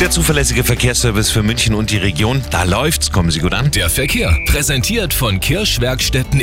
Der zuverlässige Verkehrsservice für München und die Region. Da läuft's. Kommen Sie gut an. Der Verkehr, präsentiert von Kirschwerkstätten im